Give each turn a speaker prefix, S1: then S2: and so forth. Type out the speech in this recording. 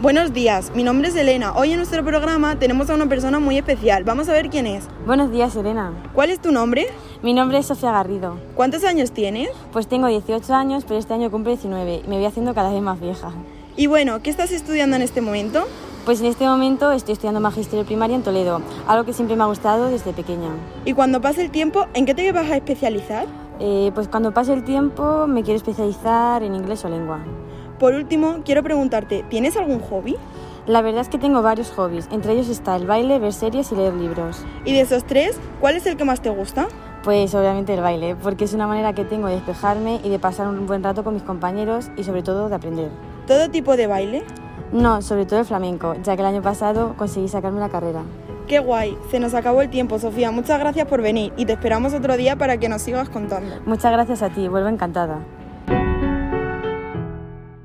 S1: Buenos días, mi nombre es Elena. Hoy en nuestro programa tenemos a una persona muy especial. Vamos a ver quién es.
S2: Buenos días, Elena.
S1: ¿Cuál es tu nombre?
S2: Mi nombre es Sofía Garrido.
S1: ¿Cuántos años tienes?
S2: Pues tengo 18 años, pero este año cumple 19 y me voy haciendo cada vez más vieja.
S1: Y bueno, ¿qué estás estudiando en este momento?
S2: Pues en este momento estoy estudiando magisterio primaria en Toledo, algo que siempre me ha gustado desde pequeña.
S1: Y cuando pase el tiempo, ¿en qué te vas a especializar?
S2: Eh, pues cuando pase el tiempo me quiero especializar en inglés o lengua.
S1: Por último, quiero preguntarte, ¿tienes algún hobby?
S2: La verdad es que tengo varios hobbies, entre ellos está el baile, ver series y leer libros.
S1: Y de esos tres, ¿cuál es el que más te gusta?
S2: Pues obviamente el baile, porque es una manera que tengo de despejarme y de pasar un buen rato con mis compañeros y sobre todo de aprender.
S1: ¿Todo tipo de baile?
S2: No, sobre todo el flamenco, ya que el año pasado conseguí sacarme la carrera.
S1: Qué guay, se nos acabó el tiempo, Sofía. Muchas gracias por venir y te esperamos otro día para que nos sigas contando.
S2: Muchas gracias a ti, vuelvo encantada.